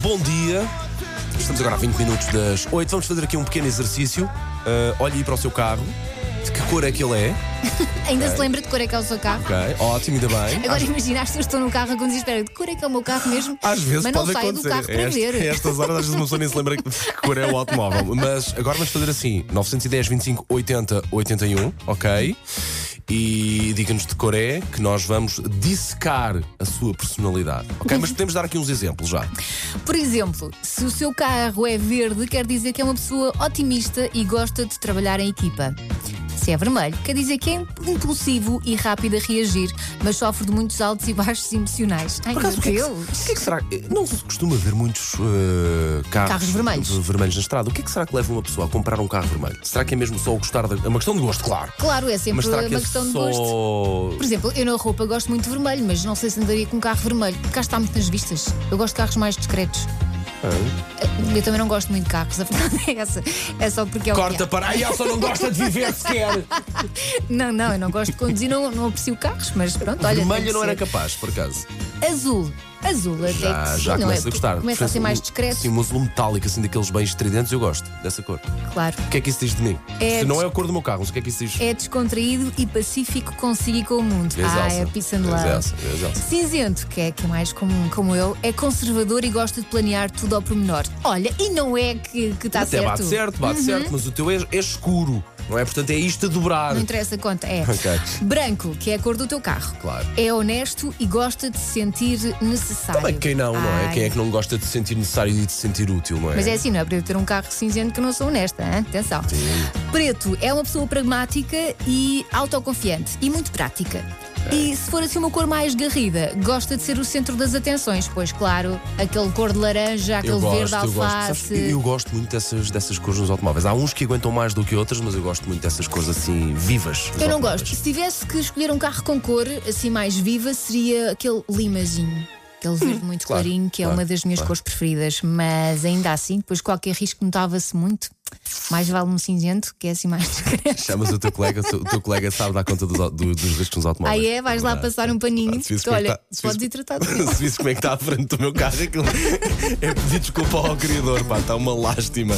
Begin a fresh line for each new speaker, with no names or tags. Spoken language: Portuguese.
bom dia. Estamos agora a 20 minutos das 8. Vamos fazer aqui um pequeno exercício. Ah, olhe aí para o seu carro. De que cor é que ele é?
Ainda se lembra de cor é que é o seu carro?
Ok, ótimo, ainda bem.
Agora imagina, se eu estou num carro a conduzir, espera, de cor é que é o meu carro mesmo?
Às vezes
Mas não
pode
saio do
acontecer. é.
carro para
Esta-
ver.
Estas horas, às vezes, uma pessoa nem se lembra de que cor é o automóvel. Mas agora vamos fazer assim: 910, 25, 80, 81, ok? E diga-nos de cor é que nós vamos dissecar a sua personalidade. Ok, mas podemos dar aqui uns exemplos já.
Por exemplo, se o seu carro é verde, quer dizer que é uma pessoa otimista e gosta de trabalhar em equipa. Se é vermelho, quer dizer que é impulsivo e rápido a reagir, mas sofre de muitos altos e baixos emocionais. Ai, meu
o que, é que,
Deus!
o que é que será? Não se costuma ver muitos eh, carros,
Carros vermelhos.
v- vermelhos na estrada. O que é que será que leva uma pessoa a comprar um carro vermelho? Será que é mesmo só o gostar? De... É uma questão de gosto, claro.
Claro, é sempre
Mas será
uma
que é
questão de
só...
gosto. Por exemplo, eu na roupa gosto muito de vermelho, mas não sei se andaria com um carro vermelho. Cá está muito nas vistas. Eu gosto de carros mais discretos. É
Ah.
Eu também não gosto muito de carros, a verdade é essa. É só porque é o que
Corta
há.
para. Ai, ela só não gosta de viver sequer.
Não, não, eu não gosto de conduzir, não, não aprecio carros, mas pronto, olha. tem que
Vermelho não era
ser.
capaz, por acaso.
Azul. Azul, até que
Já,
sim,
já
não
começa
é?
a gostar.
Começa a
Parece
ser mais
um-
discreto,
Sim, um azul metálico, assim, daqueles bens estridentes, eu gosto dessa cor.
claro.
O que é que isso diz de mim?
É-
Se não é a cor do meu carro, mas o que é que isso diz?
É descontraído e pacífico consigo e com o mundo.
Vês,
ah,
Elsa?
é peace and
Vês,
love.
Elsa? Vês, Elsa?
Cinzento, que é, que é mais comum como eu, é conservador e gosta de planear tudo ao pormenor. Olha, e não é que está
Até
certo. Uhum.
bate certo, bate certo, mas o teu é, é escuro, não é? Portanto, é isto a dobrar.
Não interessa a conta, é.
Ok.
Branco, que é a cor do teu carro.
Claro.
É honesto e gosta de se sentir necessário.
Também quem não, não é?
Ai,
Quem é que não gosta de se sentir necessário e de se sentir útil, não é?
Mas é assim, não é para eu ter um carro cinzento que eu não sou honesta, hein? atenção. Preto é uma pessoa pragmática e autoconfiante e muito prática. E se for assim uma cor mais garrida, gosta de ser o centro das atenções, pois claro, aquele cor de laranja, aquele
eu gosto,
verde
eu gosto. Sabes,
alface.
eu- eu gosto muito dessas, dessas cores nos automóveis. Há uns que aguentam mais do que outras, mas eu gosto muito dessas cores assim vivas. nos
Eu não
automóveis.
gosto. Se tivesse que escolher um carro com cor assim mais viva, seria aquele limazinho. Aquele verde muito
Hum. claro,
clarinho, que é
claro,
uma das minhas
claro.
cores preferidas. Mas ainda assim, depois qualquer risco notava-se muito. Mais vale um cinzento, que é assim mais discreto.
Chamas o teu colega, o teu colega sabe dar conta dos, au- do- dos riscos nos automóveis.
Aí é, vais lá passar um paninho.
Ah, se visse
Tu,
como é que
olha,
tá- se
podes
visse-
ir tratado.
Se visse como é que está à frente do meu carro, aquilo é pedir desculpa ao criador, pá, está uma lástima.